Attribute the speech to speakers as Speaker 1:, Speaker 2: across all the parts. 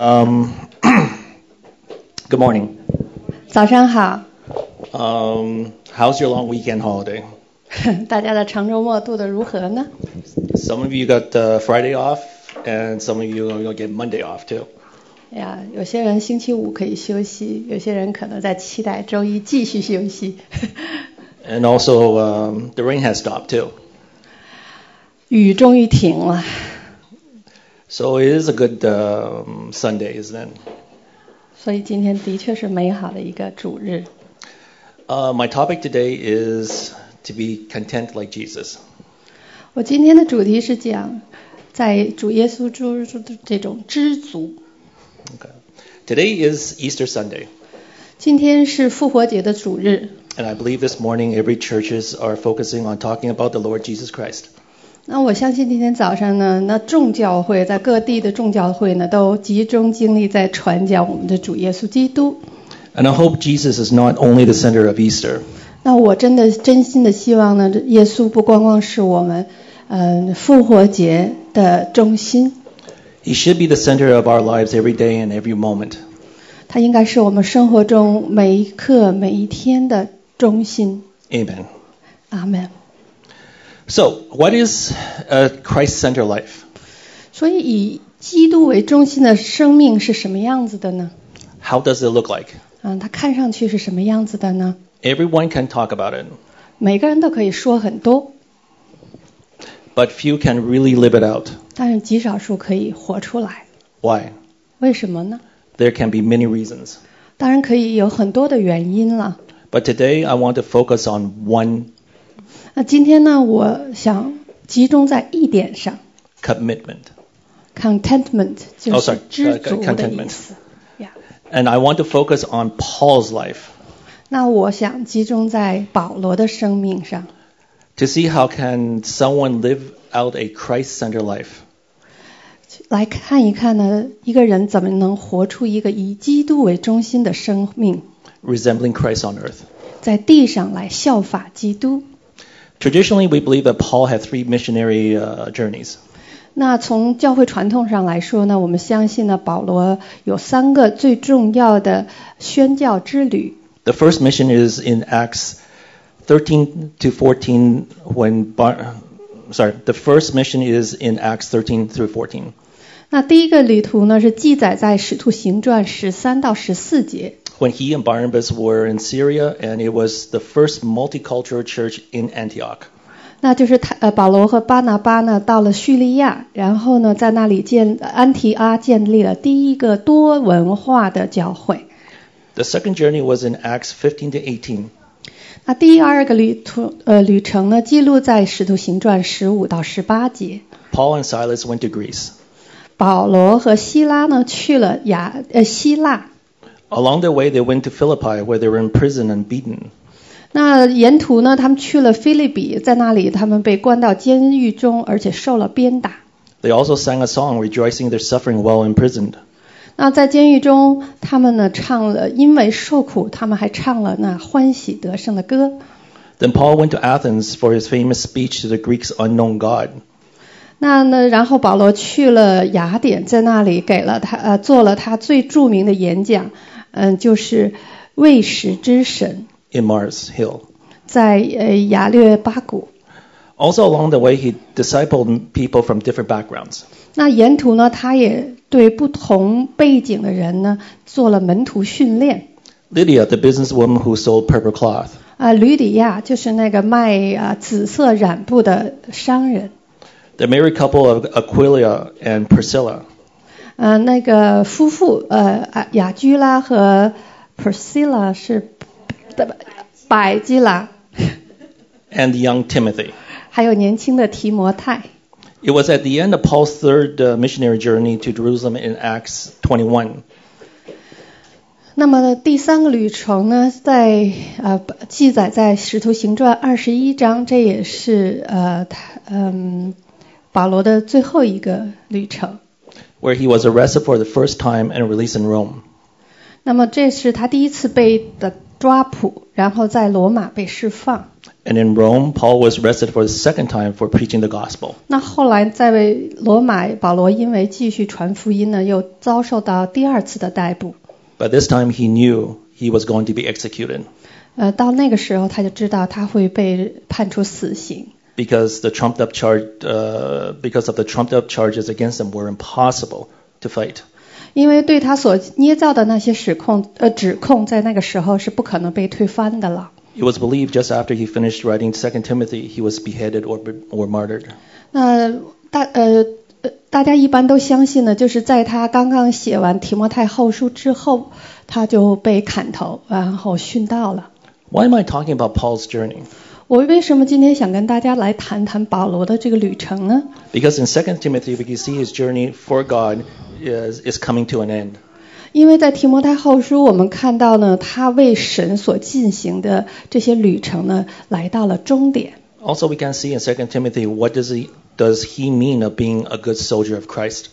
Speaker 1: Um, good morning.
Speaker 2: 早上好，
Speaker 1: Um, how's your long weekend holiday?
Speaker 2: 大家的长周末度得如何呢？
Speaker 1: Some of you got uh, Friday off, and some of you are going to get Monday off too.
Speaker 2: 哎呀，有些人星期五可以休息，有些人可能在期待周一继续休息。
Speaker 1: And also, um, the rain has stopped too.
Speaker 2: 雨终于停了，
Speaker 1: So it is a good um, Sunday, isn't it?
Speaker 2: 所以今天的确是美好的一个主日。
Speaker 1: Uh, my topic today is to be content like Jesus.
Speaker 2: 我今天的主题是讲在主耶稣之中的这种知足。
Speaker 1: Okay. Today is Easter Sunday,
Speaker 2: 今天是复活节的主日，
Speaker 1: and I believe this morning every churches are focusing on talking about the Lord Jesus Christ.
Speaker 2: 那我相信今天早上呢，那众教会在各地的众教会呢，都集中精力在传讲我们的主耶稣基督。
Speaker 1: And I hope Jesus is not only the center of Easter,
Speaker 2: 那我真的真心的希望呢，这耶稣不光光是我们，嗯、复活节的中心，
Speaker 1: He should be the center of our lives every day and every moment.
Speaker 2: 他应该是我们生活中每一刻每一天的中心。
Speaker 1: Amen.
Speaker 2: 阿门。
Speaker 1: So, what is a Christ centered life?
Speaker 2: 所以以基督为中心的生命是什么样子的呢？
Speaker 1: How does it look like?
Speaker 2: 嗯，它看上去是什么样子的呢？
Speaker 1: Everyone can talk about it,
Speaker 2: 每个人都可以说很多，
Speaker 1: but few can really live it out.
Speaker 2: 但是极少数可以活出来。
Speaker 1: Why?
Speaker 2: 为什么呢？
Speaker 1: There can be many reasons.
Speaker 2: 当然可以有很多的原因了。
Speaker 1: But today I want to focus on one
Speaker 2: 那今天呢，我想集中在一点上。
Speaker 1: commitment.
Speaker 2: Contentment 就
Speaker 1: Oh,
Speaker 2: 是
Speaker 1: sorry.
Speaker 2: 知足的
Speaker 1: Contentment.
Speaker 2: 意思。呀
Speaker 1: And I want to focus on Paul's life
Speaker 2: 那我想集中在保罗的生命上，
Speaker 1: to see how can someone live out a Christ centered life.
Speaker 2: 来看一看呢，一个人怎么能活出一个以基督为中心的生命，
Speaker 1: resembling Christ on earth.
Speaker 2: 在地上来效法基督。
Speaker 1: Traditionally, we believe that Paul had three missionary uh, journeys.
Speaker 2: 那从教会传统上来说呢，我们相信呢，保罗有三个最重要的宣教之旅。
Speaker 1: The first mission is in Acts 13 to 14 when Bar- sorry, the first mission is in Acts 13 through 14
Speaker 2: 那第一个旅途呢，是记载在《使徒行传》十三到十四节。
Speaker 1: when he and Barnabas were in Syria and it was the first multicultural church in Antioch.
Speaker 2: 那就是他呃，保罗和巴拿巴呢到了叙利亚，然后呢在那里建呃安提阿建立了第一个多文化的教会。
Speaker 1: The second journey was in Acts 15 to 18
Speaker 2: 那第二个旅途呃旅程呢，记录在《使徒行传》十五到十八节。
Speaker 1: Paul and Silas went to Greece.
Speaker 2: 保罗和希拉呢去了雅呃希腊，
Speaker 1: Along their way, they went to Philippi where they were imprisoned and beaten.
Speaker 2: 那沿途呢他们去了菲利比，在那里他们被关到监狱中，而且受了鞭打。
Speaker 1: They also sang a song rejoicing their suffering while imprisoned.
Speaker 2: 那在监狱中，他们呢唱了，因为受苦，他们还唱了那欢喜得胜的歌。
Speaker 1: Then Paul went to Athens for his famous speech to the Greeks' unknown God.
Speaker 2: 那呢，然后保罗去了雅典，在那里给了他呃做了他最著名的演讲，嗯，就是喂食之神，
Speaker 1: in Mars Hill.
Speaker 2: 在呃雅略巴谷。
Speaker 1: Also along the way, he discipled people from different backgrounds.
Speaker 2: 那沿途呢，他也对不同背景的人呢做了门徒训练。
Speaker 1: Lydia, the businesswoman who sold purple cloth.
Speaker 2: 啊、吕底亚就是那个卖啊、呃紫色染布的商人，
Speaker 1: The married couple of Aquila and Priscilla.
Speaker 2: 呃，那个夫妇，呃，啊雅居拉和 Priscilla 是的百基拉，
Speaker 1: And young Timothy.
Speaker 2: 还有年轻的提摩太。
Speaker 1: It was at the end of Paul's third uh, missionary journey to Jerusalem in Acts 21.
Speaker 2: 那么第三个旅程呢，在呃记载在《使徒行传》二十一章，这也是呃他嗯保罗的最后一个旅程。
Speaker 1: Where he was arrested for the first time and released in Rome.
Speaker 2: 那么这是他第一次被的抓捕，然后在罗马被释放。
Speaker 1: And in Rome, Paul was arrested for the second time for preaching the gospel.
Speaker 2: 那后来在为罗马保罗因为继续传福音呢，又遭受到第二次的逮捕。
Speaker 1: But this time he knew he was going to be executed
Speaker 2: 呃，到那个时候他就知道他会被判处死刑，
Speaker 1: because the trumped up charge, uh, because of the trumped up charges against him were impossible to fight.
Speaker 2: 因为对他所捏造的那些指控呃指控，在那个时候是不可能被推翻的了。
Speaker 1: It was believed just after he finished writing 2 Timothy, he was beheaded or, or martyred.
Speaker 2: 那大呃呃大家一般都相信呢，就是在他刚刚写完提摩太后书之后，他就被砍头，然后殉道了。
Speaker 1: Why am I talking about Paul's journey?
Speaker 2: 我为什么今天想跟大家来谈谈保罗的这个旅程呢？
Speaker 1: Because in 2 Timothy, we can see his journey for God is, is coming to an end.
Speaker 2: 因为在提摩太后书，我们看到呢，他为神所进行的这些旅程呢，来到了终点。
Speaker 1: Also, we can see in 2 Timothy what does he, does he mean of being a good soldier of Christ?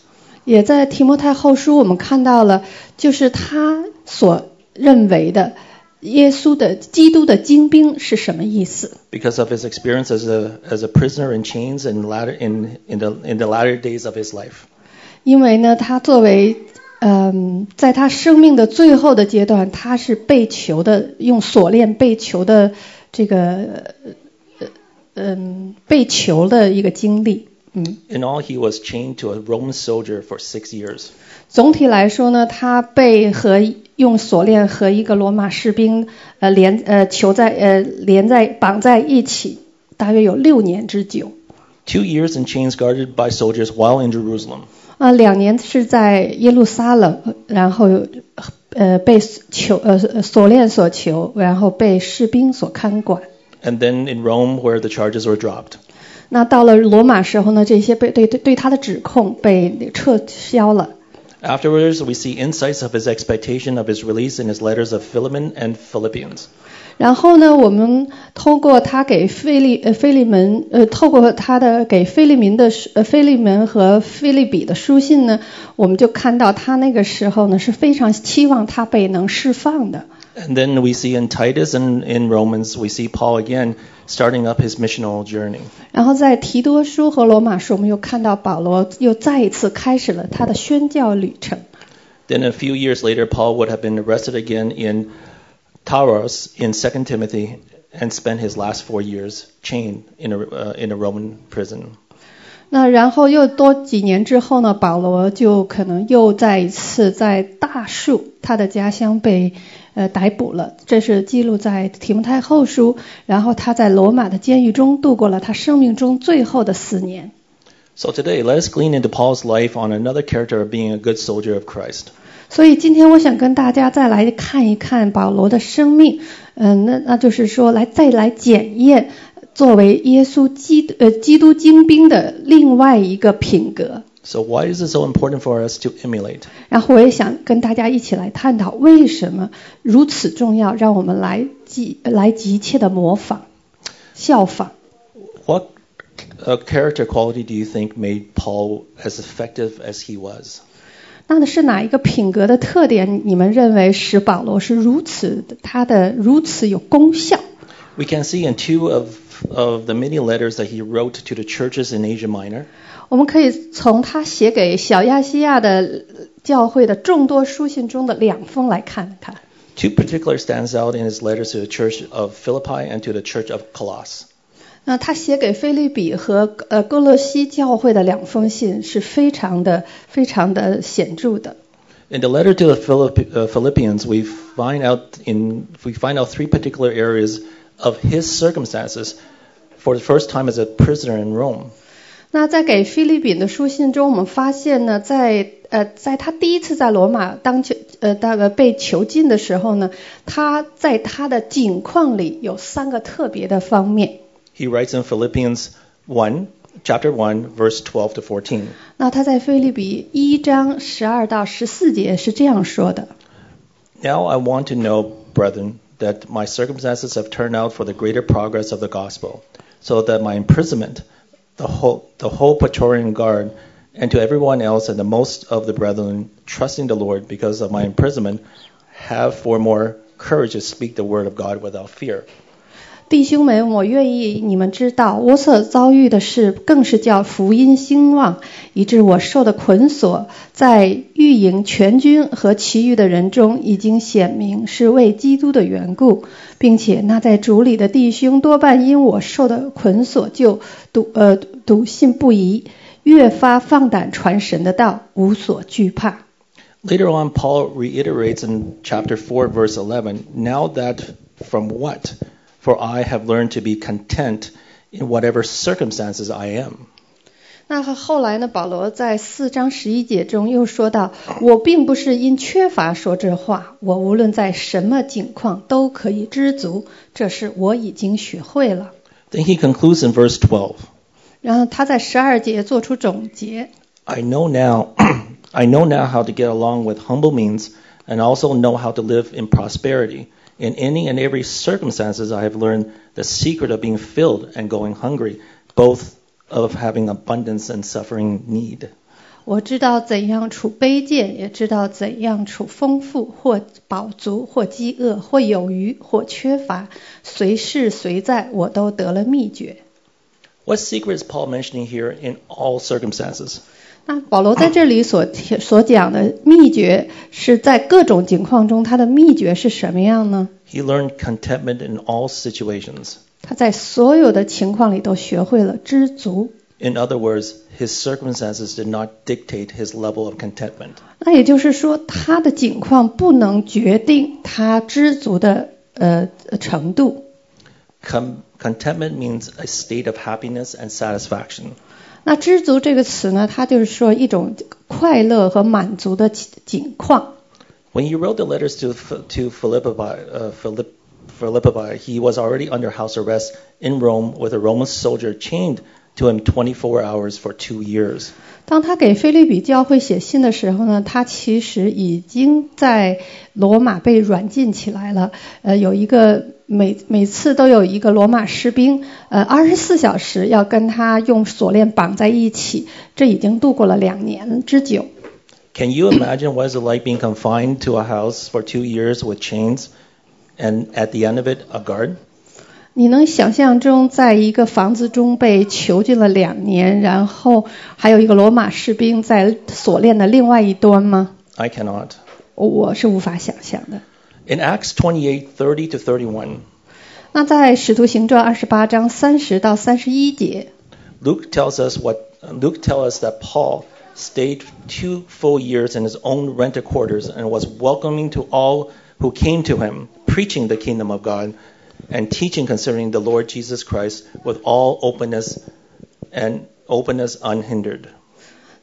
Speaker 2: 也在提摩太后书，我们看到了，就是他所认为的耶稣的基督的精兵是什么意思？
Speaker 1: Because of his experience as a, as a prisoner in chains in, latter, in, in, the, in the latter days of his life.
Speaker 2: 因为呢，他作为嗯，在他生命的最后的阶段，他是被囚的，用锁链被囚的这个呃嗯被囚的一个经历。嗯，
Speaker 1: In all, he was chained to a Roman soldier for six years.
Speaker 2: 总体来说呢，他被和用锁链和一个罗马士兵呃连呃囚在呃连在绑在一起，大约有六年之久。
Speaker 1: Two years in chains guarded by soldiers while in Jerusalem.
Speaker 2: 啊，两年是在耶路撒冷，然后呃被囚呃锁链所囚，然后被士兵所看管。
Speaker 1: And then in Rome, where the charges were dropped.
Speaker 2: 那到了罗马时候呢，这些被对对对他的指控被撤销了。
Speaker 1: Afterwards, we see insights of his expectation of his release in his letters of Philemon and Philippians.
Speaker 2: 然后呢，我们通过他给菲利呃菲利门呃，透过他的给菲利民的呃菲利门和菲利比的书信呢，我们就看到他那个时候呢是非常期望他被能释放的。
Speaker 1: And then we see in Titus and in Romans, we see Paul again starting up his missional journey.
Speaker 2: 然后在提多书和罗马书，我们又看到保罗又再一次开始了他的宣教旅程。
Speaker 1: Then a few years later, Paul would have been arrested again in Taurus in 2 Timothy and spent his last four years chained in a, uh, in a Roman prison.
Speaker 2: 那然后又多几年之后呢，保罗就可能又再一次在大树他的家乡被呃逮捕了，这是记录在提摩太后书。然后他在罗马的监狱中度过了他生命中最后的四年。
Speaker 1: So today, let us glean into Paul's life on another character of being a good soldier of Christ.
Speaker 2: 所以今天我想跟大家再来看一看保罗的生命，嗯、那那就是说来再来检验作为耶稣基呃基督精兵的另外一个品格。
Speaker 1: So why is it so important for us to emulate?
Speaker 2: 然后我也想跟大家一起来探讨为什么如此重要，让我们来急来急切的模仿、效仿。
Speaker 1: What uh, character quality do you think made Paul as effective as he was?
Speaker 2: 那是哪一个品格的特点？你们认为使保罗是如此的他的如此有功效？
Speaker 1: We can see in two of, of the many letters that he wrote to the churches in Asia Minor,
Speaker 2: 我们可以从他写给小亚细亚的教会的众多书信中的两封来看看。
Speaker 1: two particular stands out in his letters to the church of Philippi and to the church of Colossus.
Speaker 2: 那他写给菲利比和呃哥勒西教会的两封信是非常的非常的显著的。
Speaker 1: In the letter to the Philipp, uh, Philippians, we find out in we find out three particular areas of his circumstances for the first time as a prisoner in Rome.
Speaker 2: 那在给菲利宾的书信中，我们发现呢，在呃，在他第一次在罗马当囚呃当呃被囚禁的时候呢，他在他的境况里有三个特别的方面。
Speaker 1: He writes in Philippians 1, chapter 1, verse 12 to 14.
Speaker 2: 那他在菲利比一章十二到十四节是这样说的：
Speaker 1: Now I want to know, brethren, that my circumstances have turned out for the greater progress of the gospel, so that my imprisonment, the whole, the whole Praetorian Guard, and to everyone else and the most of the brethren, trusting the Lord because of my imprisonment, have for more courage to speak the word of God without fear.
Speaker 2: 弟兄们，我愿意你们知道，我所遭遇的事，更是叫福音兴旺，以致我受的捆锁，在御营全军和其余的人中已经显明，是为基督的缘故，并且那在主里的弟兄多半因我受的捆锁就笃呃笃信不疑，越发放胆传神的道，无所惧怕。
Speaker 1: Later on, Paul reiterates in chapter 4, verse 11 Now that from what? For I have learned to be content in whatever circumstances I am.
Speaker 2: 那和后来呢？保罗在四章十一节中又说到：“我并不是因缺乏说这话，我无论在什么境况都可以知足，这是我已经学会了。
Speaker 1: Then he concludes in verse 12
Speaker 2: 然后他在十二节做出总结，
Speaker 1: I know now, I know now how to get along with humble means and also know how to live in prosperity. In any and every circumstances, I have learned the secret of being filled and going hungry, both of having abundance and suffering need.
Speaker 2: 我知道怎样处卑贱，也知道怎样处丰富或饱足或饥饿或有余或缺乏，随事随在，我都得了秘诀。
Speaker 1: What secret is Paul mentioning here in all circumstances?
Speaker 2: 那保罗在这里所提所讲的秘诀是在各种情况中，他的秘诀是什么样呢？
Speaker 1: He learned contentment in all situations.
Speaker 2: 他在所有的情况里都学会了知足。
Speaker 1: In other words, his circumstances did not dictate his level of contentment.
Speaker 2: 那也就是说，他的境况不能决定他知足的呃程度。
Speaker 1: Com- contentment means a state of happiness and satisfaction.
Speaker 2: 那知足这个词呢，它就是说一种快乐和满足的景况。
Speaker 1: When he wrote the letters to Ph- to Philippi, uh, Philipp, Philippi, he was already under house arrest in Rome with a Roman soldier chained to him 24 hours for two years.
Speaker 2: 当他给菲利比教会写信的时候呢，他其实已经在罗马被软禁起来了。呃，有一个每每次都有一个罗马士兵，呃，二十四小时要跟他用锁链绑在一起，这已经度过了两年之久。
Speaker 1: Can you imagine what is it like being confined to a house for two years with chains, and at the end of it, a guard?
Speaker 2: 你能想象中，在一个房子中被囚禁了两年，然后还有一个罗马士兵在锁链的另外一端吗？
Speaker 1: I cannot.
Speaker 2: 我是无法想象的。
Speaker 1: In Acts 28:30 to 31,
Speaker 2: 那在《使徒行传》二十八章三十到三十一节，
Speaker 1: Luke tells us what Luke tells us that Paul stayed two full years in his own rented quarters and was welcoming to all who came to him, preaching the kingdom of God and teaching concerning the Lord Jesus Christ with all openness and openness unhindered.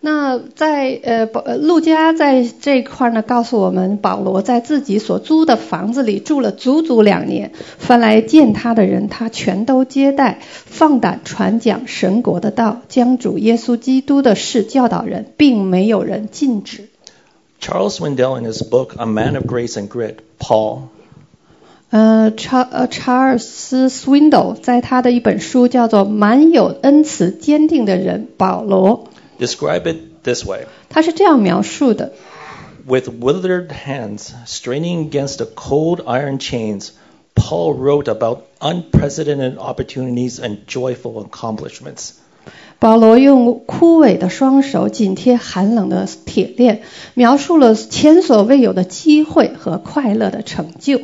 Speaker 2: 那在呃保呃路加在这一块呢，告诉我们保罗在自己所租的房子里住了足足两年，凡来见他的人，他全都接待，放胆传讲神国的道，将主耶稣基督的事教导人，并没有人禁止。
Speaker 1: Charles Swindell in his book A Man of Grace and Grit, Paul
Speaker 2: 呃，查呃查尔斯·斯温 l 在他的一本书叫做《满有恩慈坚定的人》，保罗，
Speaker 1: described it this way.
Speaker 2: 他是这样描述的。
Speaker 1: With withered hands straining against the cold iron chains, Paul wrote about unprecedented opportunities and joyful accomplishments.
Speaker 2: 保罗用枯萎的双手紧贴寒冷的铁链，描述了前所未有的机会和快乐的成就。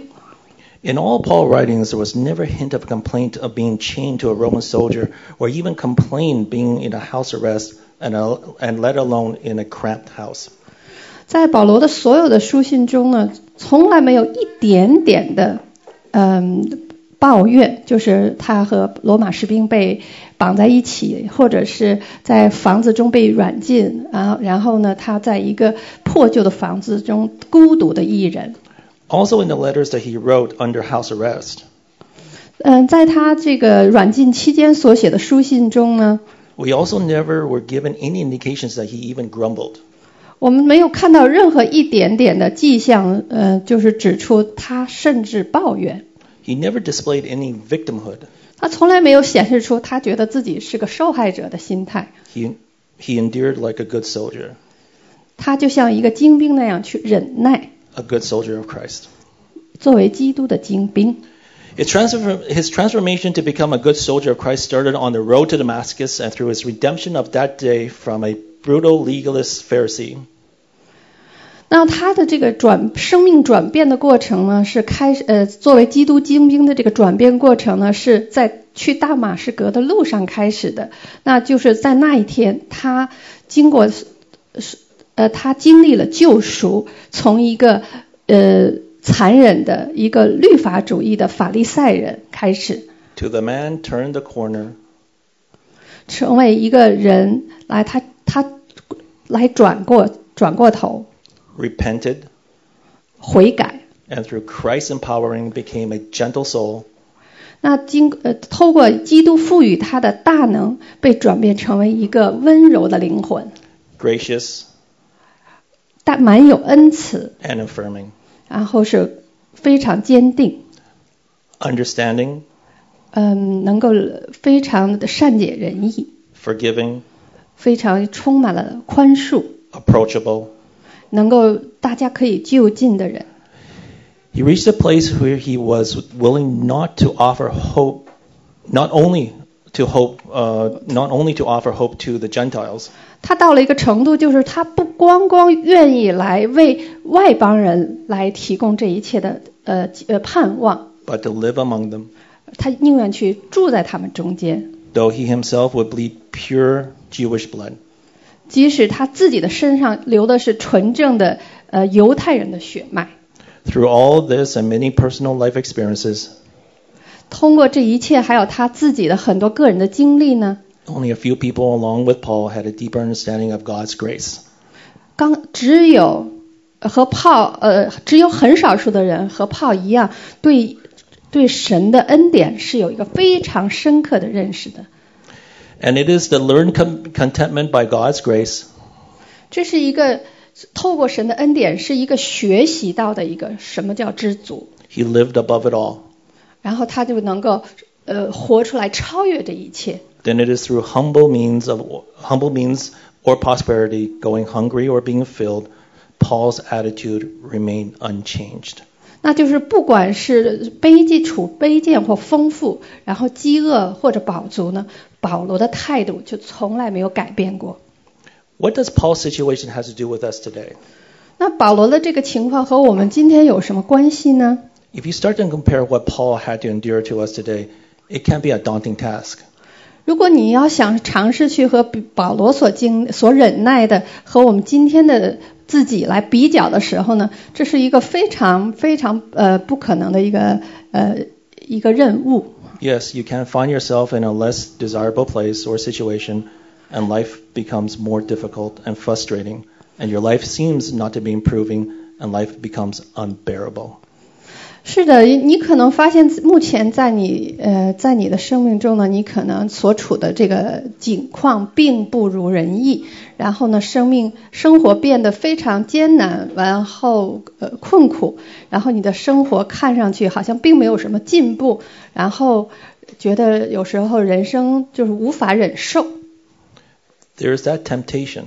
Speaker 1: In all Paul's writings, there was never a hint of complaint of being chained to a Roman soldier or even complained being in a house arrest and, uh, and let alone in a cramped house.
Speaker 2: 在保罗的所有的书信中呢，从来没有一点点的嗯抱怨，就是他和罗马士兵被绑在一起，或者是在房子中被软禁啊，然后呢，他在一个破旧的房子中孤独的一人。
Speaker 1: Also in the letters that he wrote under house arrest,
Speaker 2: 嗯，在他这个软禁期间所写的书信中呢，
Speaker 1: we also never were given any indications that he even grumbled.
Speaker 2: 我们没有看到任何一点点的迹象，呃，就是指出他甚至抱怨，
Speaker 1: He never displayed any victimhood.
Speaker 2: 他从来没有显示出他觉得自己是个受害者的心态，
Speaker 1: He, he endured like a good soldier,
Speaker 2: 他就像一个精兵那样去忍耐，
Speaker 1: a good soldier of Christ.
Speaker 2: 作为基督的精兵。
Speaker 1: His, transfer, his transformation to become a good soldier of Christ started on the road to Damascus and through his redemption of that day from a brutal legalist Pharisee.
Speaker 2: 那他的这个转生命转变的过程呢，是开始呃，作为基督精兵的这个转变过程呢，是在去大马士革的路上开始的。那就是在那一天，他经过是呃，他经历了救赎，从一个呃残忍的一个律法主义的法利赛人开始，
Speaker 1: To the man turned the corner,
Speaker 2: 成为一个人来他他来转过转过头
Speaker 1: repented,
Speaker 2: 悔改。
Speaker 1: and through Christ's empowering became a gentle soul,
Speaker 2: 那经呃，透过基督赋予他的大能，被转变成为一个温柔的灵魂，
Speaker 1: gracious,
Speaker 2: 但满有恩慈，
Speaker 1: and affirming,
Speaker 2: 然后是非常坚定，
Speaker 1: understanding,
Speaker 2: 嗯，能够非常的善解人意，
Speaker 1: forgiving,
Speaker 2: 非常充满了宽恕，
Speaker 1: approachable.
Speaker 2: 能够大家可以就近的人。
Speaker 1: He reached a place where he was willing not to offer hope, not only to hope, uh, not only to offer hope to the Gentiles,
Speaker 2: 他到了一个程度，就是他不光光愿意来为外邦人来提供这一切的呃呃盼望，
Speaker 1: but to live among them,
Speaker 2: 他宁愿去住在他们中间。
Speaker 1: though he himself would bleed pure Jewish blood.
Speaker 2: 即使他自己的身上流的是纯正的呃犹太人的血脉，
Speaker 1: Through all this and many personal life experiences,
Speaker 2: 通过这一切，还有他自己的很多个人的经历呢，
Speaker 1: only a few people, along with Paul, had a deeper understanding of God's grace.
Speaker 2: 刚只有和炮呃只有很少数的人和炮一样，对对神的恩典是有一个非常深刻的认识的。
Speaker 1: And it is the learned com- contentment by God's grace
Speaker 2: 这是一个透过神的恩典，是一个学习到的一个什么叫知足，
Speaker 1: he lived above it all.
Speaker 2: 然后他就能够呃活出来超越这一切。
Speaker 1: Then it is through humble means of humble means or prosperity, going hungry or being filled, Paul's attitude remained unchanged.
Speaker 2: 那就是不管是卑贱、处卑贱或丰富，然后饥饿或者饱足呢，保罗的态度就从来没有改变过。
Speaker 1: What does Paul's situation has to do with us today?
Speaker 2: 那保罗的这个情况和我们今天有什么关系呢？
Speaker 1: If you start to compare what Paul had to endure to us today, it can be a daunting task.
Speaker 2: 如果你要想尝试去和比保罗所经所忍耐的和我们今天的自己来比较的时候呢，这是一个非常非常呃不可能的一个呃一个任务。
Speaker 1: Yes, you can find yourself in a less desirable place or situation, and life becomes more difficult and frustrating, and your life seems not to be improving, and life becomes unbearable.
Speaker 2: 是的，你可能发现目前在你呃在你的生命中呢，你可能所处的这个境况并不如人意，然后呢，生命生活变得非常艰难，然后呃困苦，然后你的生活看上去好像并没有什么进步，然后觉得有时候人生就是无法忍受。
Speaker 1: There is that temptation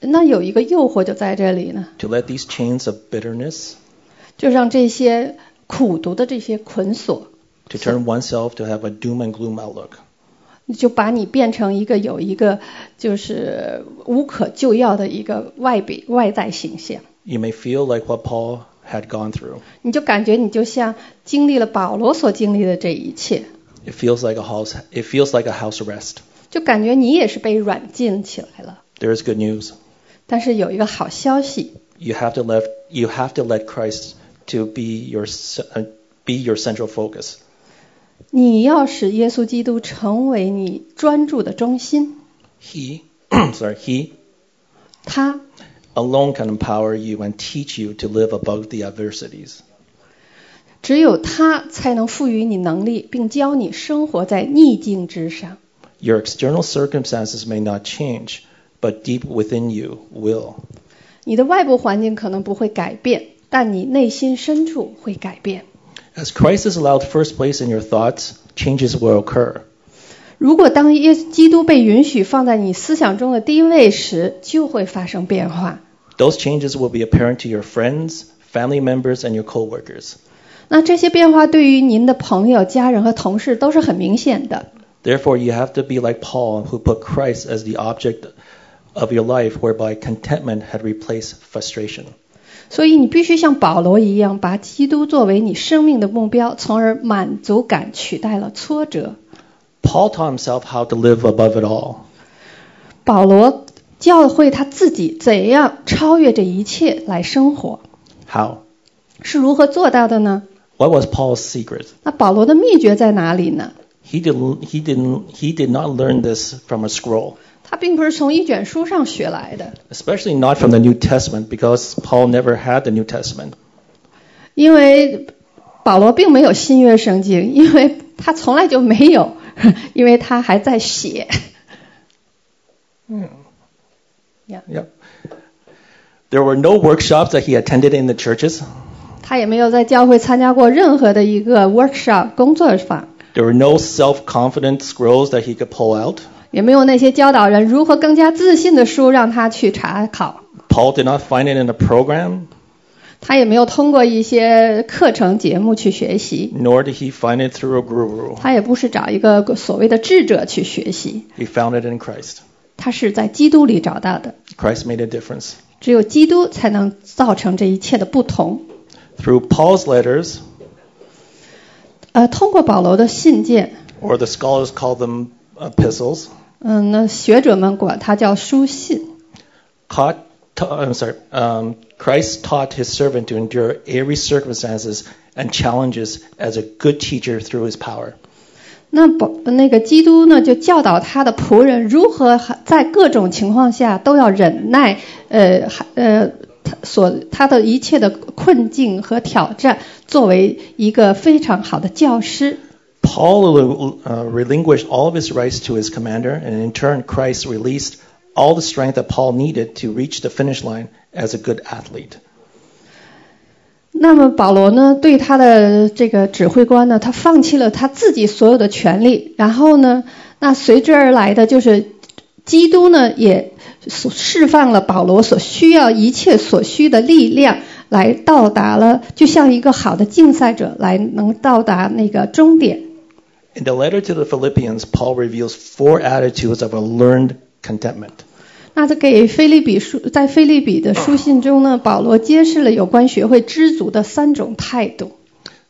Speaker 2: 那有一个诱惑就在这里呢，
Speaker 1: to let these chains of bitterness,
Speaker 2: 就让这些苦读的这些捆锁
Speaker 1: to turn oneself to have a doom and gloom outlook.
Speaker 2: 就把你变成一个有一个就是无可救药的一个外比外在形象，
Speaker 1: You may feel like what Paul had gone through.
Speaker 2: 你就感觉你就像经历了保罗所经历的这一切，
Speaker 1: It feels like a house. It feels like a house arrest.
Speaker 2: 就感觉你也是被软禁起来了。
Speaker 1: There is good news.
Speaker 2: 但是有一个好消息，
Speaker 1: You have to let you have to let Christ to be your ce- uh, be your central focus.
Speaker 2: 你要使耶稣基督成为你专注的中心，
Speaker 1: He, sorry, He
Speaker 2: 他
Speaker 1: alone can empower you and teach you to live above the adversities.
Speaker 2: 只有他才能赋予你能力，并教你生活在逆境之上。
Speaker 1: Your external circumstances may not change, but deep within you will.
Speaker 2: 你的外部环境可能不会改变，但你内心深处会改变。
Speaker 1: As Christ is allowed first place in your thoughts, changes will occur.
Speaker 2: 如果当耶稣基督被允许放在你思想中的第一位时，就会发生变化。
Speaker 1: Those changes will be apparent to your friends, family members, and your coworkers.
Speaker 2: 那这些变化对于您的朋友、家人和同事都是很明显的。
Speaker 1: Therefore, you have to be like Paul, who put Christ as the object of your life, whereby contentment had replaced frustration.
Speaker 2: 所以你必须像保罗一样，把基督作为你生命的目标，从而满足感取代了挫折。
Speaker 1: Paul taught himself how to live above it all.
Speaker 2: 保罗教会他自己怎样超越这一切来生活，
Speaker 1: How?
Speaker 2: 是如何做到的呢？
Speaker 1: What was Paul's secret?
Speaker 2: 那保罗的秘诀在哪里呢？
Speaker 1: He didn't. He didn't. He did not learn this from a scroll,
Speaker 2: 他并不是从一卷书上学来的，
Speaker 1: especially not from the New Testament, because Paul never had the New Testament.
Speaker 2: 因为保罗并没有新约圣经，因为他从来就没有，因为他还在写。
Speaker 1: Yep. There were no workshops that he attended in the churches.
Speaker 2: 他也没有在教会参加过任何的一个 workshop 工作坊，
Speaker 1: There were no self-confident scrolls that he could pull out.
Speaker 2: 也没有那些教导人如何更加自信的书让他去查考。
Speaker 1: Paul did not find it in a program,
Speaker 2: 他也没有通过一些课程节目去学习，
Speaker 1: nor did he find it through a guru.
Speaker 2: 他也不是找一个所谓的智者去学习，
Speaker 1: He found it in Christ.
Speaker 2: 他是在基督里找到的。
Speaker 1: Christ made a difference.
Speaker 2: 只有基督才能造成这一切的不同。
Speaker 1: Through Paul's letters,
Speaker 2: 呃，通过保罗的信件，
Speaker 1: or the scholars call them epistles,
Speaker 2: 嗯，那学者们管它叫书信。
Speaker 1: caught, ta- I'm sorry, um, Christ taught his servant to endure every circumstances and challenges as a good teacher through his power.
Speaker 2: 那保那个基督呢，就教导他的仆人如何在各种情况下都要忍耐，呃，还呃，他所他的一切的困境和挑战，作为一个非常好的教师。
Speaker 1: Paul uh, relinquished all of his rights to his commander, and in turn, Christ released all the strength that Paul needed to reach the finish line as a good athlete.
Speaker 2: 那么保罗呢，对他的这个指挥官呢，他放弃了他自己所有的权利，然后呢，那随之而来的就是基督呢，也所释放了保罗所需要一切所需的力量，来到达了，就像一个好的竞赛者来能到达那个终点。
Speaker 1: In the letter to the Philippians, Paul reveals four attitudes of a learned contentment.
Speaker 2: 那在给菲利比书在菲利比的书信中呢，保罗揭示了有关学会知足的三种态度。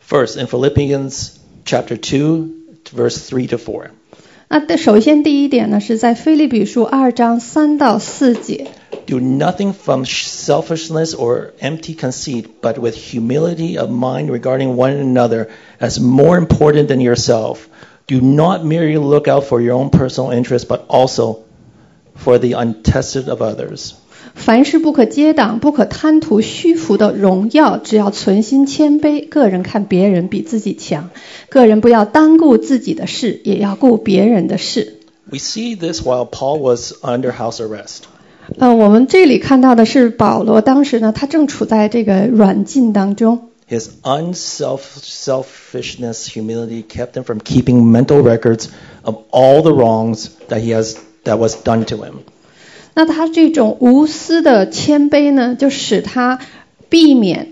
Speaker 1: First, in Philippians chapter 2, verse 3 to 4.
Speaker 2: 那的首先第一点呢，是在菲利比书二章三到四节。
Speaker 1: Do nothing from sh- selfishness or empty conceit, but with humility of mind regarding one another as more important than yourself. Do not merely look out for your own personal interest, but also for the untested of others.
Speaker 2: 凡事不可结党，不可贪图虚浮的荣耀，只要存心谦卑，个人看别人比自己强，个人不要单顾自己的事，也要顾别人的事。
Speaker 1: We see this while Paul was under house arrest.
Speaker 2: 呃，我们这里看到的是保罗当时呢，他正处在这个软禁当中，
Speaker 1: His unselfishness, humility kept him from keeping mental records of all the wrongs that he has that was done to him.
Speaker 2: 那他这种无私的谦卑呢，就使他避免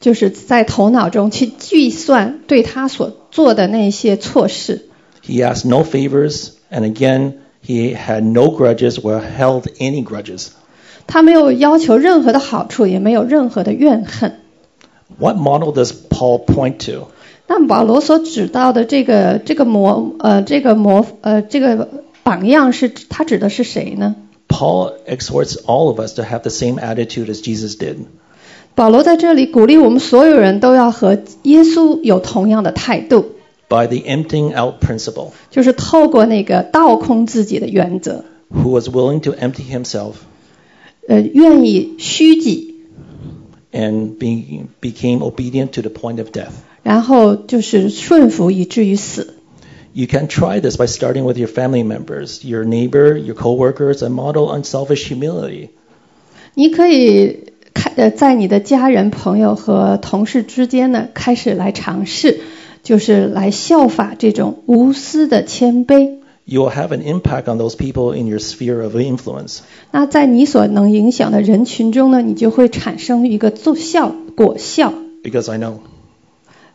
Speaker 2: 就是在头脑中去计算对他所做的那些错事。
Speaker 1: He asked no favors, and again, he had no grudges or held any grudges.
Speaker 2: 他没有要求任何的好处，也没有任何的怨恨。
Speaker 1: What model does Paul point to?
Speaker 2: 那保罗所指到的这个这个模呃这个模呃这个榜样是他指的是谁呢？
Speaker 1: Paul exhorts all of us to have the same attitude as Jesus did.
Speaker 2: 保罗在这里鼓励我们所有人都要和耶稣有同样的态度，
Speaker 1: By the emptying out principle,
Speaker 2: 就是透过那个倒空自己的原则，
Speaker 1: who was willing to empty himself
Speaker 2: 呃，愿意虚己，
Speaker 1: and be, became obedient to the point of death.
Speaker 2: 然后就是顺服以至于死。
Speaker 1: You can try this by starting with your family members, your neighbor, your coworkers, and model unselfish humility.
Speaker 2: 你可以开呃，在你的家人、朋友和同事之间呢，开始来尝试，就是来效法这种无私的谦卑。
Speaker 1: you will have an impact on those people in your sphere of influence.
Speaker 2: 那在你所能影响的人群中呢，你就会产生一个奏效果效，
Speaker 1: Because I know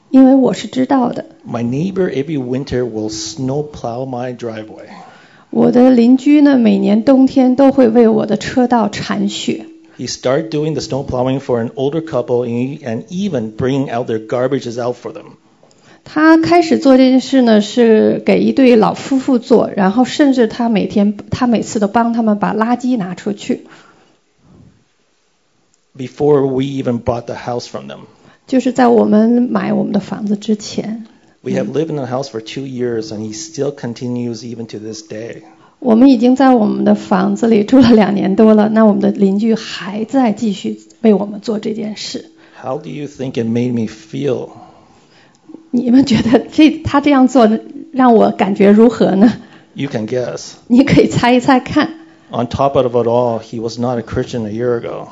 Speaker 2: 因为我是知道的。
Speaker 1: my neighbor every winter will snowplow my driveway.
Speaker 2: 我的邻居呢，每年冬天都会为我的车道铲雪。
Speaker 1: He started doing the snow plowing for an older couple and and even bringing out their garbages out for them.
Speaker 2: 他开始做这件事呢，是给一对老夫妇做，然后甚至他每天，他每次都帮他们把垃圾拿出去，
Speaker 1: Before we even bought the house from them,
Speaker 2: 就是在我们买我们的房子之前，
Speaker 1: we have lived in the house for two years, and he still continues even to this day.
Speaker 2: 我们已经在我们的房子里住了两年多了，那我们的邻居还在继续为我们做这件事。
Speaker 1: How do you think it made me feel?
Speaker 2: 你们觉得这他这样做让我感觉如何呢？
Speaker 1: You can guess.
Speaker 2: 你可以猜一猜看。
Speaker 1: On top of it all, he was not a Christian a year ago.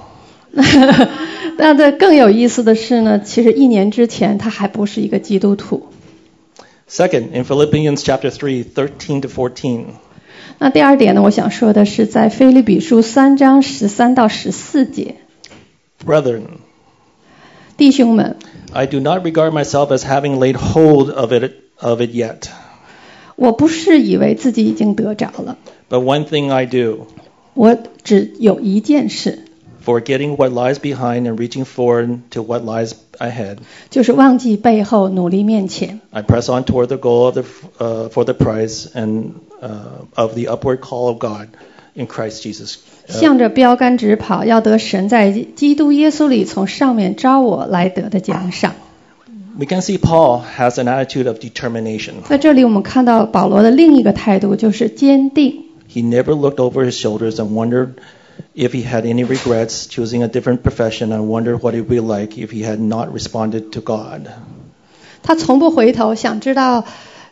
Speaker 2: 那这更有意思的是呢，其实一年之前他还不是一个基督徒。
Speaker 1: Second, in Philippians chapter 3, 13 to 14,
Speaker 2: 那第二点呢，我想说的是，在菲利比书三章十三到十四节，
Speaker 1: brethren,
Speaker 2: 弟兄们，
Speaker 1: I do not regard myself as having laid hold of it of it yet.
Speaker 2: 我不是以为自己已经得着了，
Speaker 1: But one thing I do,
Speaker 2: 我只有一件事，
Speaker 1: forgetting what lies behind and reaching forward to what lies ahead,
Speaker 2: 就是忘记背后，努力面前。
Speaker 1: I press on toward the goal of the uh, for the prize and uh, of the upward call of God in Christ Jesus.
Speaker 2: 向着标杆直跑，要得神在基督耶稣里从上面招我来得的奖赏。
Speaker 1: We can see Paul has an attitude of determination.
Speaker 2: 在这里，我们看到保罗的另一个态度就是坚定。
Speaker 1: He never looked over his shoulders and wondered if he had any regrets choosing a different profession and wondered what it would be like if he had not responded to God.
Speaker 2: 他从不回头，想知道，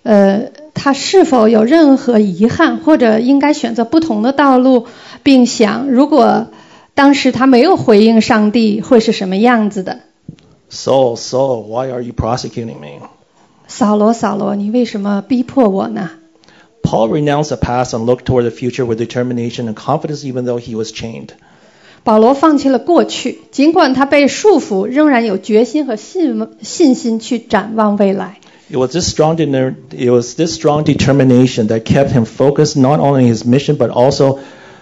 Speaker 2: 呃，他是否有任何遗憾，或者应该选择不同的道路，并想如果当时他没有回应上帝，会是什么样子的？
Speaker 1: Saul, Saul, why are you prosecuting me?
Speaker 2: 扫罗，扫罗，你为什么逼迫我呢？
Speaker 1: Paul renounced the past and looked toward the future with determination and confidence even though he was chained.
Speaker 2: 保罗放弃了过去，尽管他被束缚，仍然有决心和信信心去展望未来。
Speaker 1: It was this strong dener- it was this strong determination that kept him focused not only on his mission but also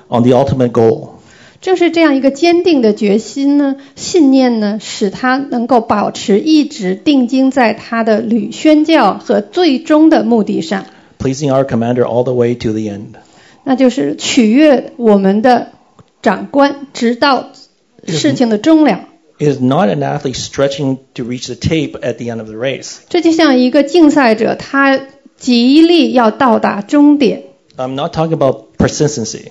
Speaker 1: on the ultimate goal.
Speaker 2: 正是这样一个坚定的决心呢、信念呢，使他能够保持一直定睛在他的旅宣教和最终的目的上，
Speaker 1: pleasing our commander all the way to the end.
Speaker 2: 那就是取悦我们的长官，直到事情的终了。
Speaker 1: It is not an athlete stretching to reach the tape at the end of the race.
Speaker 2: 这就像一个竞赛者，他极力要到达终点。
Speaker 1: I'm not talking about persistency.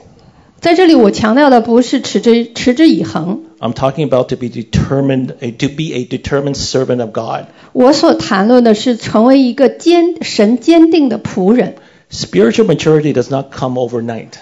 Speaker 2: 在这里，我强调的不是持之持之以恒，
Speaker 1: I'm talking about to be determined, eh, to be a determined servant of God.
Speaker 2: 我所谈论的是成为一个坚神坚定的仆人。
Speaker 1: Spiritual maturity does not come overnight.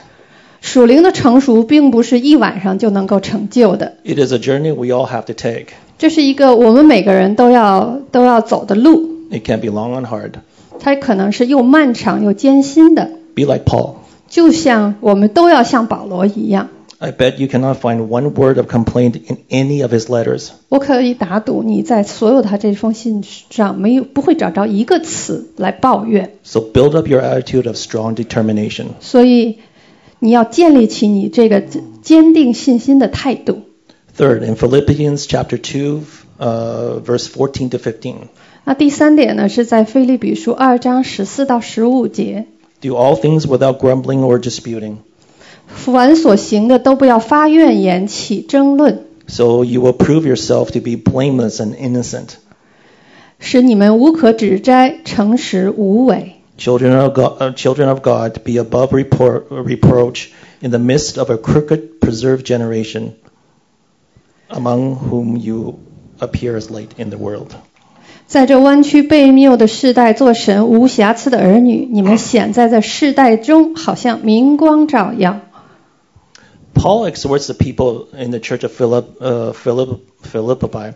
Speaker 2: 属灵的成熟并不是一晚上就能够成就的，
Speaker 1: It is a journey we all have to take.
Speaker 2: 这是一个我们每个人都要都要走的路，
Speaker 1: It can be long and hard.
Speaker 2: 它可能是又漫长又艰辛的，
Speaker 1: Be like Paul.
Speaker 2: 就像我们都要像保罗一样。
Speaker 1: I bet you cannot find one word of complaint in any of his letters.
Speaker 2: 我可以打赌，你在所有他这封信上没有不会找着一个词来抱怨，
Speaker 1: So build up your attitude of strong determination.
Speaker 2: 所以你要建立起你这个坚定信心的态度。
Speaker 1: Third, in Philippians chapter 2, uh, verse 14 to 15.
Speaker 2: 那第三点呢，是在菲利比书二章十四到十五节，
Speaker 1: Do all things without grumbling or disputing,
Speaker 2: 凡所行的都不要发怨言起争论，
Speaker 1: so you will prove yourself to be blameless and innocent,
Speaker 2: 使你们无可指摘，诚实无伪。
Speaker 1: children of God, uh, children of God be above repro- reproach in the midst of a crooked, preserved generation, among whom you appear as light in the world.
Speaker 2: 在这弯曲悖谬的世代，做神无瑕疵的儿女，你们显在这世代中，好像明光照耀。
Speaker 1: Paul exhorts the people in the church of Philip, uh, Philip, Philippi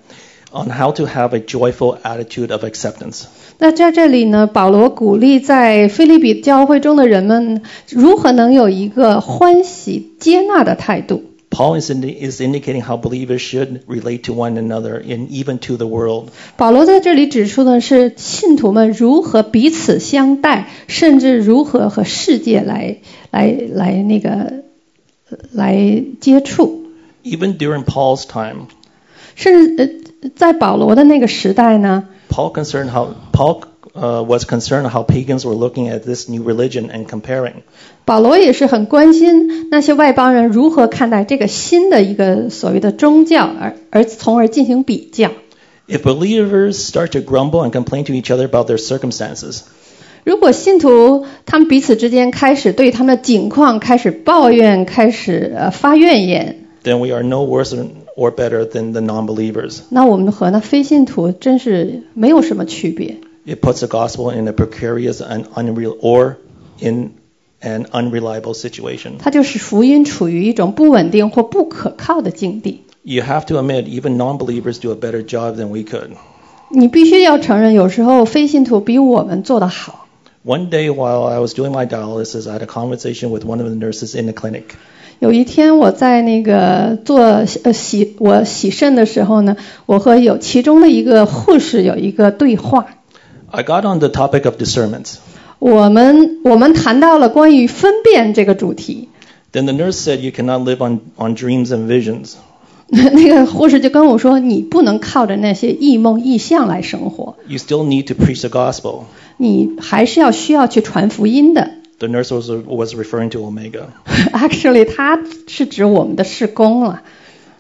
Speaker 1: on how to have a joyful attitude of acceptance.
Speaker 2: 那在这里呢，保罗鼓励在菲利比教会中的人们如何能有一个欢喜接纳的态度。
Speaker 1: Paul is, indi- is indicating how believers should relate to one another and even to the world.
Speaker 2: 保罗在这里指出的是信徒们如何彼此相待，甚至如何和世界来来来那个呃来接触，
Speaker 1: Even during Paul's time,
Speaker 2: 甚至呃，在保罗的那个时代呢，
Speaker 1: Paul concerned how Paul uh, was concerned how pagans were looking at this new religion and comparing.
Speaker 2: 保罗也是很关心那些外邦人如何看待这个新的一个所谓的宗教，而而从而进行比较。
Speaker 1: If believers start to grumble and complain to each other about their circumstances,
Speaker 2: 如果信徒他们彼此之间开始对他们的境况开始抱怨，开始呃发怨言，
Speaker 1: then we are no worse or better than the non-believers.
Speaker 2: 那我们和那非信徒真是没有什么区别。
Speaker 1: It puts the gospel in a precarious and unreal or in an unreliable situation.
Speaker 2: 它就是福音处于一种不稳定或不可靠的境地。
Speaker 1: You have to admit, even non-believers do a better job than we could.
Speaker 2: 你必须要承认，有时候非信徒比我们做得好。
Speaker 1: One day while I was doing my dialysis, I had a conversation with one of the nurses in the clinic.
Speaker 2: 有一天我在那个做呃洗我洗肾的时候呢，我和有其中的一个护士有一个对话，
Speaker 1: I got on the topic of discernment.
Speaker 2: 我们我们谈到了关于分辨这个主题。
Speaker 1: Then the nurse said, You cannot live on, on dreams and visions.
Speaker 2: 那个护士就跟我说：“你不能靠着那些异梦异象来生活，
Speaker 1: You still need to preach the gospel.
Speaker 2: 你还是要需要去传福音的。”
Speaker 1: The nurse was, was referring to Omega.
Speaker 2: Actually，它是指我们的事工了。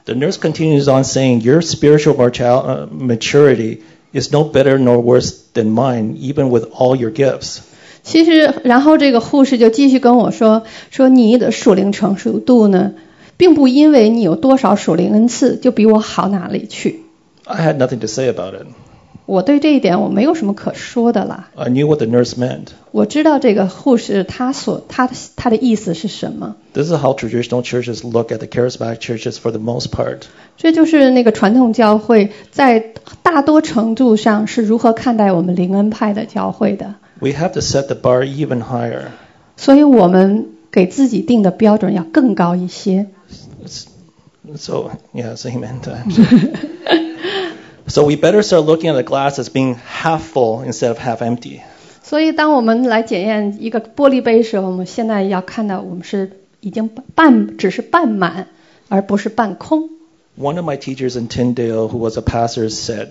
Speaker 1: The nurse continues on saying, Your spiritual martial, uh, maturity is no better nor worse than mine, even with all your gifts.
Speaker 2: 其实，然后这个护士就继续跟我说：“说你的属灵成熟度呢，并不因为你有多少属灵恩赐就比我好哪里去。
Speaker 1: I had nothing to say about it.
Speaker 2: 我对这一点我没有什么可说的啦。
Speaker 1: I knew what the nurse meant.
Speaker 2: 我知道这个护士她所她她的意思是什么。
Speaker 1: This is how traditional churches look at the charismatic churches for the most part.
Speaker 2: 这就是那个传统教会在大多程度上是如何看待我们灵恩派的教会的。
Speaker 1: We have to set the bar even higher.
Speaker 2: 所以我们给自己定的标准要更高一些。”
Speaker 1: It's- So, yes, amen. times. so we better start looking at the glass as being half full instead of half empty.
Speaker 2: 所以，当我们来检验一个玻璃杯时，我们现在要看到我们是已经半，只是半满，而不是半空。
Speaker 1: One of my teachers in Tyndale, who was a pastor, said,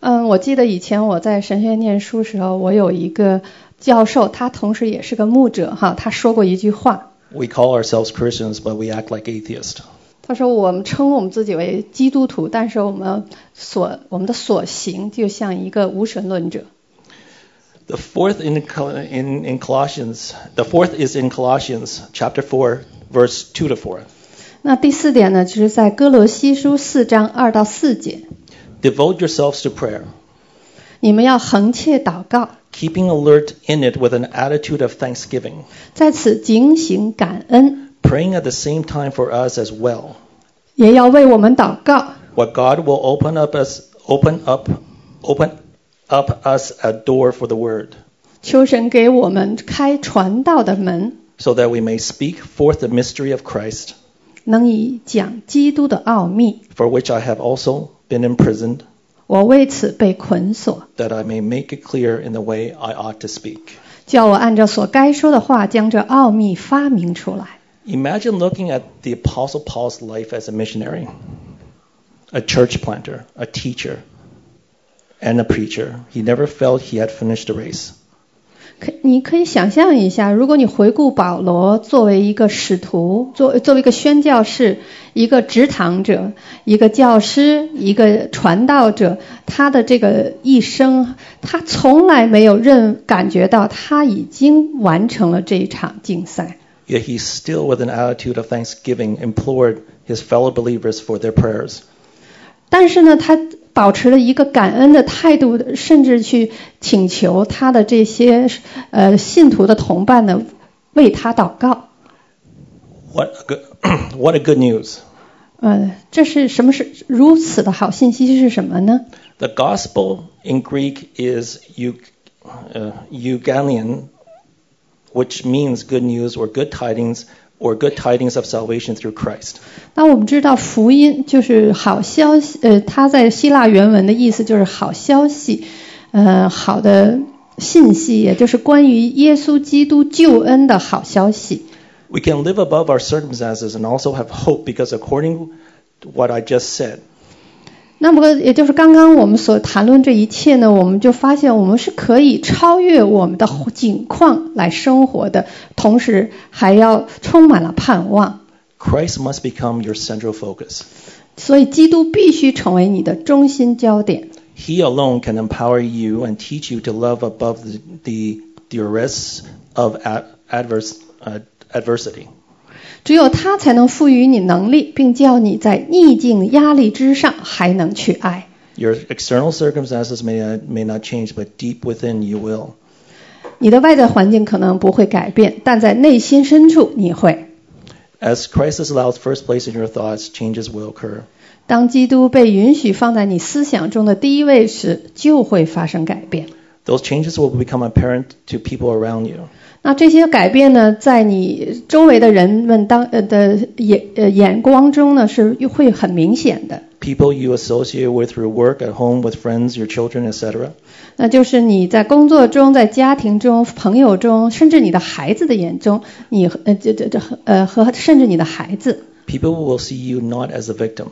Speaker 2: 嗯，我记得以前我在神学院念书时候，我有一个教授，他同时也是个牧者，哈，他说过一句话，
Speaker 1: We call ourselves Christians, but we act like atheists.
Speaker 2: 他说我们称我们自己为基督徒，但是我们所我们的所行就像一个无神论者。
Speaker 1: The fourth in, in, in Colossians, the fourth is in Colossians chapter 4, verse 2 to 4.
Speaker 2: 那第四点呢，就是在哥罗西书四章二到四节，
Speaker 1: Devote yourselves to prayer,
Speaker 2: 你们要恒切祷告，
Speaker 1: keeping alert in it with an attitude of thanksgiving,
Speaker 2: 在此警醒感恩。
Speaker 1: praying at the same time for us as well.
Speaker 2: 也要为我们祷告，
Speaker 1: what God will open up us open up open up us a door for the word
Speaker 2: 求神给我们开传道的门，
Speaker 1: so that we may speak forth the mystery of Christ
Speaker 2: 能以讲基督的奥秘。
Speaker 1: for which I have also been imprisoned
Speaker 2: 我为此被捆锁，
Speaker 1: that I may make it clear in the way I ought to speak
Speaker 2: 叫我按照所该说的话，将这奥秘发明出来。
Speaker 1: imagine looking at the apostle Paul's life as a missionary a church planter a teacher and a preacher he never felt he had finished the race
Speaker 2: 可你可以想象一下，如果你回顾保罗作为一个使徒，作作为一个宣教士、一个执堂者、一个教师、一个传道者，他的这个一生，他从来没有认感觉到他已经完成了这一场竞赛。
Speaker 1: yet he still with an attitude of thanksgiving implored his fellow believers for their prayers
Speaker 2: 但是呢，他保持了一个感恩的态度，甚至去请求他的这些呃信徒的同伴呢为他祷告。
Speaker 1: What a good, what a good news.
Speaker 2: 呃，这是什么是如此的好信息是什么呢？
Speaker 1: The gospel in Greek is eu- uh, euangelion, which means good news or good tidings or good tidings of salvation through Christ.
Speaker 2: 那我们知道福音就是好消息，呃，它在希腊原文的意思就是好消息，呃，好的信息，也就是关于耶稣基督救恩的好消息。
Speaker 1: We can live above our circumstances and also have hope because according to what I just said,
Speaker 2: 那么，呃也就是刚刚我们所谈论这一切呢，我们就发现我们是可以超越我们的境况来生活的，同时还要充满了盼望。
Speaker 1: Christ must become your central focus.
Speaker 2: 所以，基督必须成为你的中心焦点。
Speaker 1: He alone can empower you and teach you to love above the, the, the risks of ad, adverse, uh, adversity.
Speaker 2: 只有他才能赋予你能力，并叫你在逆境压力之上还能去爱。
Speaker 1: Your external circumstances may, uh, may not change, but deep within you will.
Speaker 2: 你的外在环境可能不会改变，但在内心深处你会。
Speaker 1: As Christ is allowed first place in your thoughts, changes will occur.
Speaker 2: 当基督被允许放在你思想中的第一位时，就会发生改变。
Speaker 1: Those changes will become apparent to people around you.
Speaker 2: 那这些改变呢，在你周围的人们当呃的眼呃眼光中呢，是会很明显的。
Speaker 1: People you associate with through work, at home, with friends, your children, etc.
Speaker 2: 那就是你在工作中、在家庭中、朋友中，甚至你的孩子的眼中，你和呃这这这呃和甚至你的孩子，
Speaker 1: People will see you not as a victim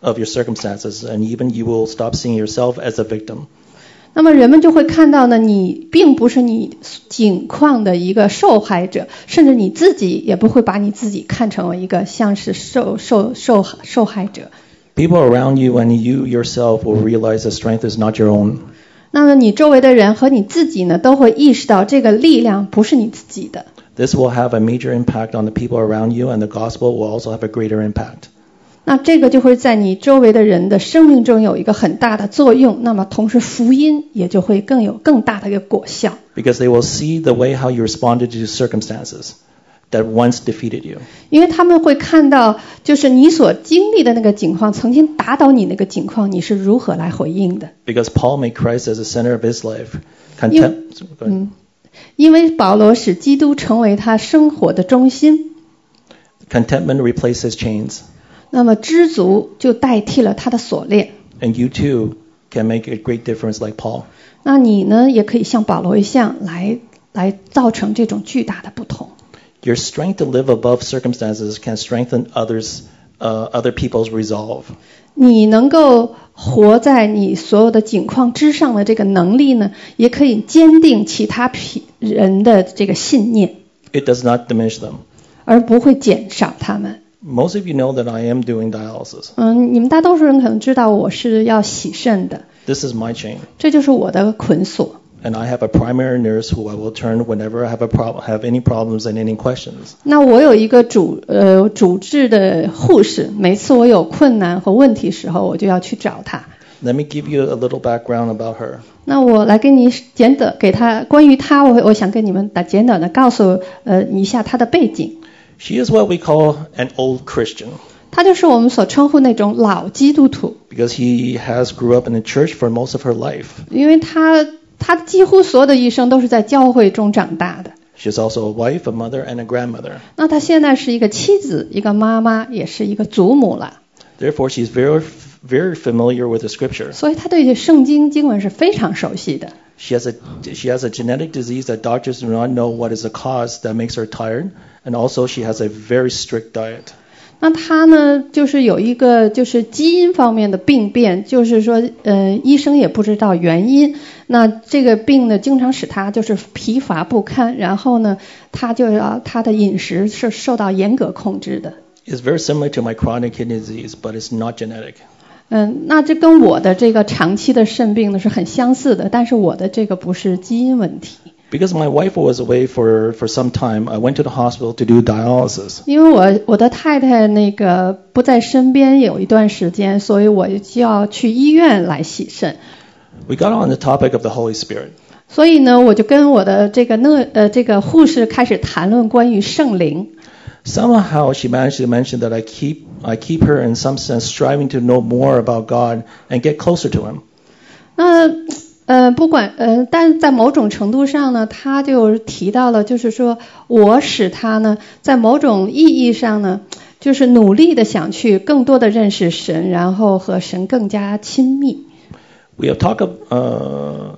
Speaker 1: of your circumstances, and even you will stop seeing yourself as a victim.
Speaker 2: 那么人们就会看到呢，你并不是你境况的一个受害者，甚至你自己也不会把你自己看成为一个像是受受受受害者。
Speaker 1: People around you and you yourself will realize that strength is not your own.
Speaker 2: 那么你周围的人和你自己呢，都会意识到这个力量不是你自己的。
Speaker 1: This will have a major impact on the people around you, and the gospel will also have a greater impact.
Speaker 2: 那这个就会在你周围的人的生命中有一个很大的作用，那么同时福音也就会更有更大的一个果效，
Speaker 1: because they will see the way how you responded to circumstances that once defeated you.
Speaker 2: 因为他们会看到，就是你所经历的那个境况，曾经打倒你那个境况，你是如何来回应的。
Speaker 1: Because Paul made Christ as the center of his life. Contempt,
Speaker 2: 嗯因为保罗使基督成为他生活的中心，
Speaker 1: Contentment replaced his chains,
Speaker 2: 那么知足就代替了他的锁链。
Speaker 1: and you too can make a great difference like Paul.
Speaker 2: 那你呢，也可以像保罗一样来来造成这种巨大的不同。
Speaker 1: Your strength to live above circumstances can strengthen others, uh, other people's resolve.
Speaker 2: 你能够活在你所有的境况之上的这个能力呢，也可以坚定其他匹人的这个信念，
Speaker 1: It does not diminish them.
Speaker 2: 而不会减少他们。
Speaker 1: Most of you know that I am doing dialysis.
Speaker 2: 嗯，你们大多数人可能知道我是要洗肾的，
Speaker 1: This is my chain,
Speaker 2: 这就是我的捆锁。
Speaker 1: and I have a primary nurse who I will turn whenever I have a problem, have any problems and any questions.
Speaker 2: 那我有一个主呃主治的护士，每次我有困难和问题时候，我就要去找他。
Speaker 1: Let me give you a little background about her.
Speaker 2: 那我来跟你简短给他关于他，我我想跟你们打简短的告诉呃一下他的背景。
Speaker 1: She is what we call an old Christian
Speaker 2: 他就是我们所称呼那种老基督徒，
Speaker 1: because he has grew up in the church for most of her life.
Speaker 2: 因为他他几乎所有的一生都是在教会中长大的。
Speaker 1: She is also a wife, a mother, and a grandmother.
Speaker 2: 那他现在是一个妻子，一个妈妈，也是一个祖母了，
Speaker 1: Therefore, she is very, very familiar with the scripture.
Speaker 2: 所以他对这圣经经文是非常熟悉的。
Speaker 1: She has a she has a genetic disease that doctors do not know what is the cause that makes her tired, and also she has a very strict diet.
Speaker 2: 那他呢，就是有一个就是基因方面的病变，就是说，呃，医生也不知道原因。那这个病呢，经常使他就是疲乏不堪，然后呢，他就要他的饮食是受到严格控制的。
Speaker 1: It's very similar to my chronic kidney disease, but it's not genetic.
Speaker 2: 嗯，那这跟我的这个长期的肾病呢是很相似的，但是我的这个不是基因问题，
Speaker 1: Because my wife was away for, for some time, I went to the hospital to do dialysis.
Speaker 2: 因为我我的太太那个不在身边有一段时间，所以我就要去医院来洗肾，
Speaker 1: We got on the topic of the Holy Spirit.
Speaker 2: 所以呢，我就跟我的这个那呃这个护士开始谈论关于圣灵。
Speaker 1: Somehow she managed to mention that I keep, I keep her in some sense striving to know more about God and get closer to Him.
Speaker 2: 那呃，不管呃，但是在某种程度上呢，他就提到了，就是说我使他呢，在某种意义上呢，就是努力的想去更多的认识神，然后和神更加亲密。
Speaker 1: We have talked uh,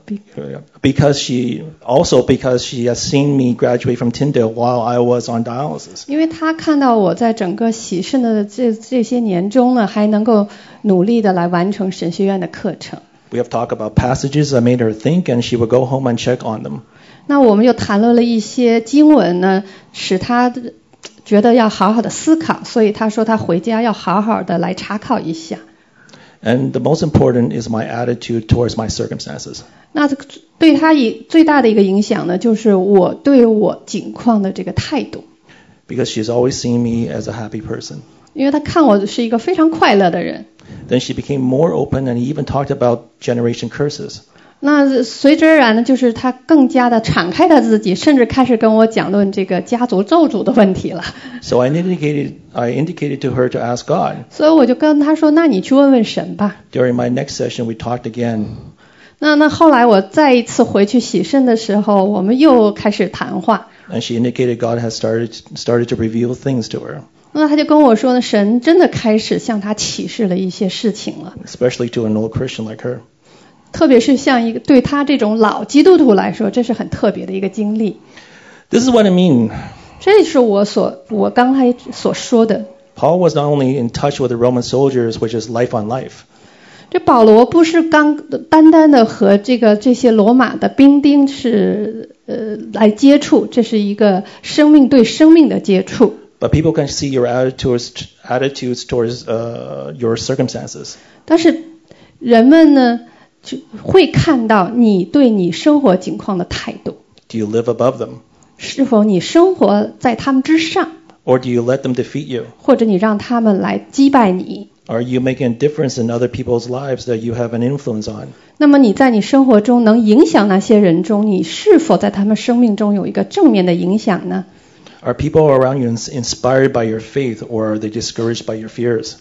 Speaker 1: because she also because she has seen me graduate from Tyndale while I was on dialysis.
Speaker 2: 因为他看到我在整个喜圣的这这些年中呢，还能够努力的来完成神学院的课程。
Speaker 1: We have talked about passages that made her think, and she would go home and check on them.
Speaker 2: 那我们又谈论了一些经文呢，使他觉得要好好的思考，所以他说他回家要好好的来查考一下。
Speaker 1: And the most important is my attitude towards my circumstances.
Speaker 2: 那对他以最大的一个影响呢，就是我对我境况的这个态度，
Speaker 1: because she's always seen me as a happy person.
Speaker 2: 因为他看我是一个非常快乐的人。
Speaker 1: Then she became more open and even talked about generation curses.
Speaker 2: 那随之而然呢，就是他更加的敞开他自己，甚至开始跟我讲论这个家族咒诅的问题了。
Speaker 1: So I indicated, I indicated to her to ask God.
Speaker 2: 所以我就跟他说：“那你去问问神吧。
Speaker 1: During my next session, we talked again.
Speaker 2: 那”那后来我再一次回去洗肾的时候，我们又开始谈话。
Speaker 1: And she indicated God has started, started to reveal things to her,
Speaker 2: 那他就跟我说呢，神真的开始向他启示了一些事情了，
Speaker 1: especially to an old Christian like her.
Speaker 2: 特别是像一个对他这种老基督徒来说，这是很特别的一个经历。
Speaker 1: This is what I mean.
Speaker 2: 这是我所我刚才所说的，
Speaker 1: Paul was not only in touch with the Roman soldiers, which is life on life,
Speaker 2: 这保罗不是刚单单的和这个这些罗马的兵丁是呃来接触，这是一个生命对生命的接触。
Speaker 1: but people can see your attitudes, attitudes towards uh, your circumstances.
Speaker 2: 但是人们呢就会看到你对你生活境况的态度，
Speaker 1: Do you live above them?
Speaker 2: 是否你生活在他们之上，
Speaker 1: Or do you let them defeat you?
Speaker 2: 或者你让他们来击败你。
Speaker 1: Are you making a difference in other people's lives that you have an influence on?
Speaker 2: 那么你在你生活中能影响那些人中，你是否在他们生命中有一个正面的影响呢？
Speaker 1: Are people around you ins- inspired by your faith or are they discouraged by your fears?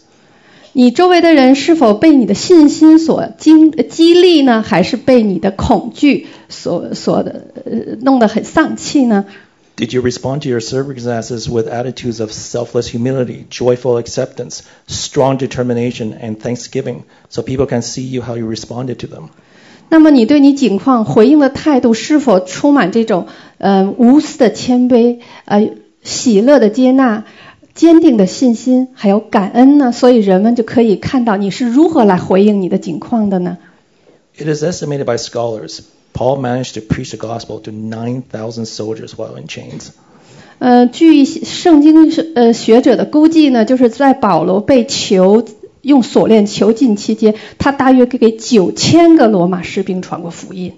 Speaker 2: 你周围的人是否被你的信心所激激励呢？还是被你的恐惧所所的呃弄得很丧气呢？
Speaker 1: Did you respond to your circumstances with attitudes of selfless humility, joyful acceptance, strong determination, and thanksgiving so people can see you how you responded to them?
Speaker 2: 那么你对你境况回应的态度是否充满这种呃无私的谦卑、呃喜乐的接纳、坚定的信心，还有感恩呢？所以人们就可以看到你是如何来回应你的境况的呢？
Speaker 1: It is estimated by scholars Paul managed to preach the gospel to 9,000 soldiers while in chains.
Speaker 2: 呃，据圣经是呃学者的估计呢，就是在保罗被囚用锁链囚禁期间，他大约给九千个罗马士兵传过福音。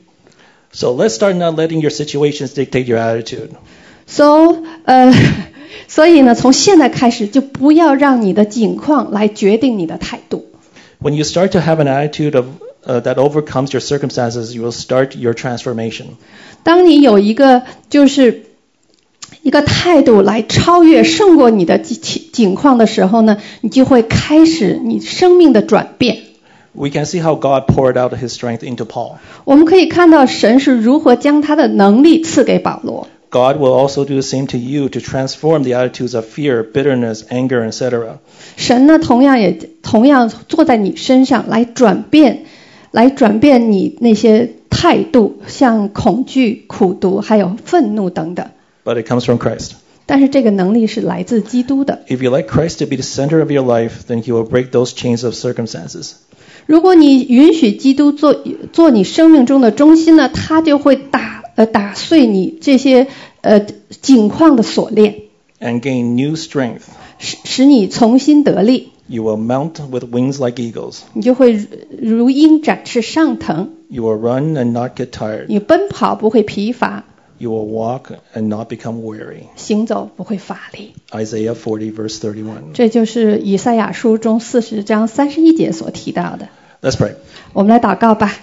Speaker 1: So let's start not letting your situations dictate your attitude.
Speaker 2: So，呃， 所以呢，从现在开始就不要让你的境况来决定你的态度。
Speaker 1: When you start to have an attitude of uh, that overcomes your circumstances, you will start your transformation.
Speaker 2: 当你有一个就是一个态度来超越、胜过你的境境况的时候呢，你就会开始你生命的转变。
Speaker 1: We can see how God poured out His strength into Paul.
Speaker 2: 我们可以看到神是如何将他的能力赐给保罗。
Speaker 1: God will also do the same to you to transform the attitudes of fear, bitterness, anger, etc.
Speaker 2: 神呢，同样也同样坐在你身上来转变，来转变你那些态度，像恐惧、苦毒，还有愤怒等等。
Speaker 1: But it comes from Christ.
Speaker 2: 但是这个能力是来自基督的。
Speaker 1: If you let Christ to be the center of your life, then He will break those chains of circumstances.
Speaker 2: 如果你允许基督做做你生命中的中心呢，他就会打呃打碎你这些呃境况的锁链，
Speaker 1: And gain new strength.
Speaker 2: 使使你重新得力。
Speaker 1: You will mount with wings like eagles.
Speaker 2: 你就会如如鹰展翅上腾，
Speaker 1: You will run and not get tired.
Speaker 2: 你奔跑不会疲乏，
Speaker 1: You will walk and not become weary.
Speaker 2: 行走不会乏力。
Speaker 1: Isaiah 40, verse 31.
Speaker 2: 这就是以赛亚书中四十章三十一节所提到的。
Speaker 1: Let's pray.
Speaker 2: 我们来祷告吧，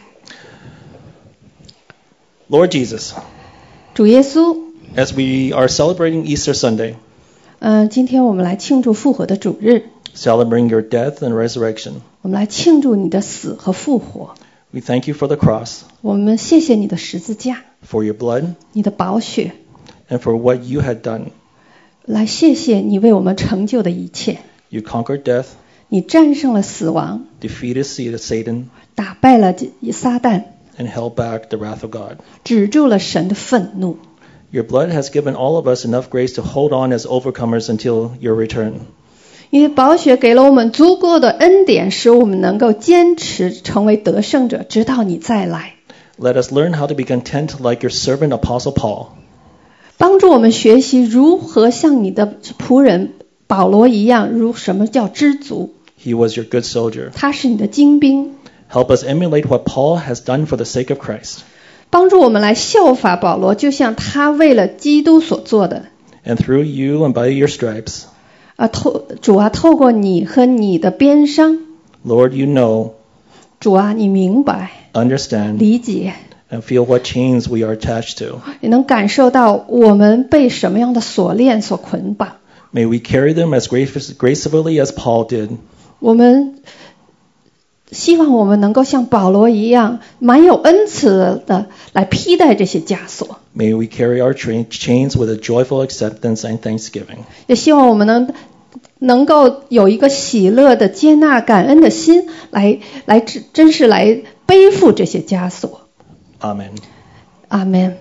Speaker 1: Lord Jesus,
Speaker 2: 主耶稣，
Speaker 1: as we are celebrating Easter Sunday,
Speaker 2: 嗯、今天我们来庆祝复活的主日，
Speaker 1: celebrating your death and resurrection.
Speaker 2: 我们来庆祝你的死和复活。
Speaker 1: We thank you for the cross,
Speaker 2: 我们谢谢你的十字架，
Speaker 1: for your blood,
Speaker 2: 你的宝血，
Speaker 1: and for what you had done.
Speaker 2: 来谢谢你为我们成就的一切。
Speaker 1: You conquered death,
Speaker 2: 你战胜了死亡，
Speaker 1: defeated Satan,
Speaker 2: 打败了撒旦，
Speaker 1: and held back the wrath of God.
Speaker 2: 止住了神的愤怒。
Speaker 1: Your blood has given all of us enough grace to hold on as overcomers until your return.
Speaker 2: 你的宝血给了我们足够的恩典，使我们能够坚持成为得胜者，直到你再来。
Speaker 1: Let us learn how to be content like your servant Apostle Paul,
Speaker 2: 帮助我们学习如何像你的仆人保罗一样，如什么叫知足？
Speaker 1: He was your good soldier.
Speaker 2: 他是你的精兵，
Speaker 1: Help us emulate what Paul has done for the sake of Christ.
Speaker 2: 帮助我们来效法保罗，就像他为了基督所做的。
Speaker 1: And through you and by your stripes,
Speaker 2: 啊，透主啊，透过你和你的鞭伤，
Speaker 1: Lord, you know,
Speaker 2: 主啊，你明白、
Speaker 1: understand,
Speaker 2: 理解，
Speaker 1: and feel what chains we are attached to.
Speaker 2: 也能感受到我们被什么样的锁链所捆绑。
Speaker 1: May we carry them as grace- gracefully as Paul did,
Speaker 2: 我们希望我们能够像保罗一样，蛮有恩慈的来披戴这些枷锁，
Speaker 1: May we carry our tra- chains with a joyful acceptance and thanksgiving.
Speaker 2: 也希望我们能能够有一个喜乐的接纳感恩的心，来来真真是来背负这些枷锁。
Speaker 1: Amen.
Speaker 2: 阿门。